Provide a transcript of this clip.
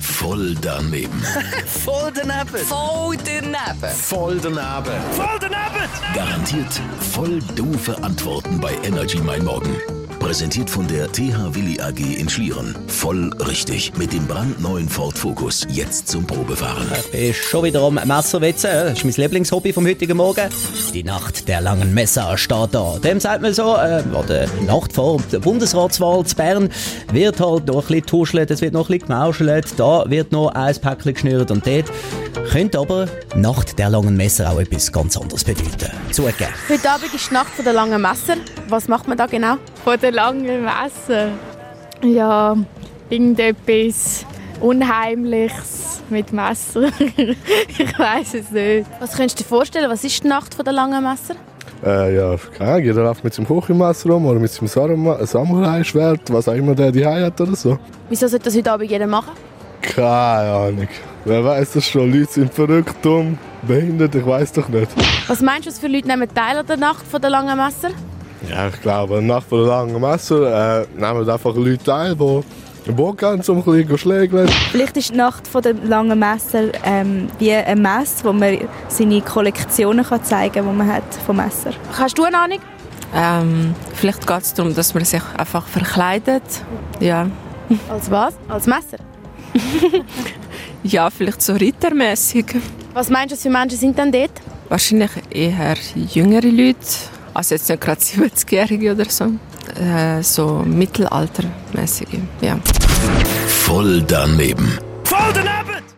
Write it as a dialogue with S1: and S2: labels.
S1: Voll daneben.
S2: Voll daneben.
S3: Voll daneben.
S1: Voll daneben. Garantiert voll doofe Antworten bei Energy Mein Morgen. Präsentiert von der TH Willi AG in Schlieren. Voll richtig. Mit dem brandneuen Ford Focus. Jetzt zum Probefahren.
S4: Ist schon wieder am Messerwitzen. äh, Das ist mein Lieblingshobby vom heutigen Morgen. Die Nacht der langen Messer steht da. Dem sagt man so, äh, oder die Nacht vor der Bundesratswahl zu Bern wird halt noch ein bisschen tuschelt, es wird noch ein bisschen gemauschelt, da wird noch ein Päckchen geschnürt und dort könnte aber Nacht der langen Messer auch etwas ganz anderes bedeuten. Zugegeben.
S5: Heute Abend ist die Nacht von der langen Messer. Was macht man da genau?
S6: Von der langen Wasser. Ja, irgendetwas Unheimliches mit Messer. ich weiß es nicht.
S5: Was könntest du dir vorstellen? Was ist die Nacht von der langen Messer?
S7: Äh, ja, keine Ahnung, jeder läuft mit seinem Küchenmesser rum oder mit seinem Sarum- Samurai-Schwert, was auch immer der die hat oder so.
S5: Wieso sollte das heute Abend jeder machen?
S7: Keine Ahnung. Wer weiß das schon? Leute sind verrückt, dumm, behindert, ich weiß doch nicht.
S5: Was meinst du, was für Leute nehmen teil an der Nacht von der langen Messer?
S7: Ja, ich glaube, nach der langen Messer äh, nehmen einfach Leute teil, die Bock haben, um ein bisschen zu schlägeln.
S8: Vielleicht ist die Nacht von dem langen Messer ähm, wie ein Messer, wo man seine Kollektionen kann zeigen kann, die man hat vom Messer.
S5: Hast du eine Ahnung?
S3: Ähm, vielleicht geht es darum, dass man sich einfach verkleidet. Ja,
S5: Als was? Als Messer.
S3: ja vielleicht so rittermäßig.
S5: Was meinst du, was für Menschen sind denn dort?
S3: Wahrscheinlich eher jüngere Leute. Also jetzt nicht gerade 70-Jährige oder so. Äh, so mittelaltermäßige, ja.
S1: Voll daneben.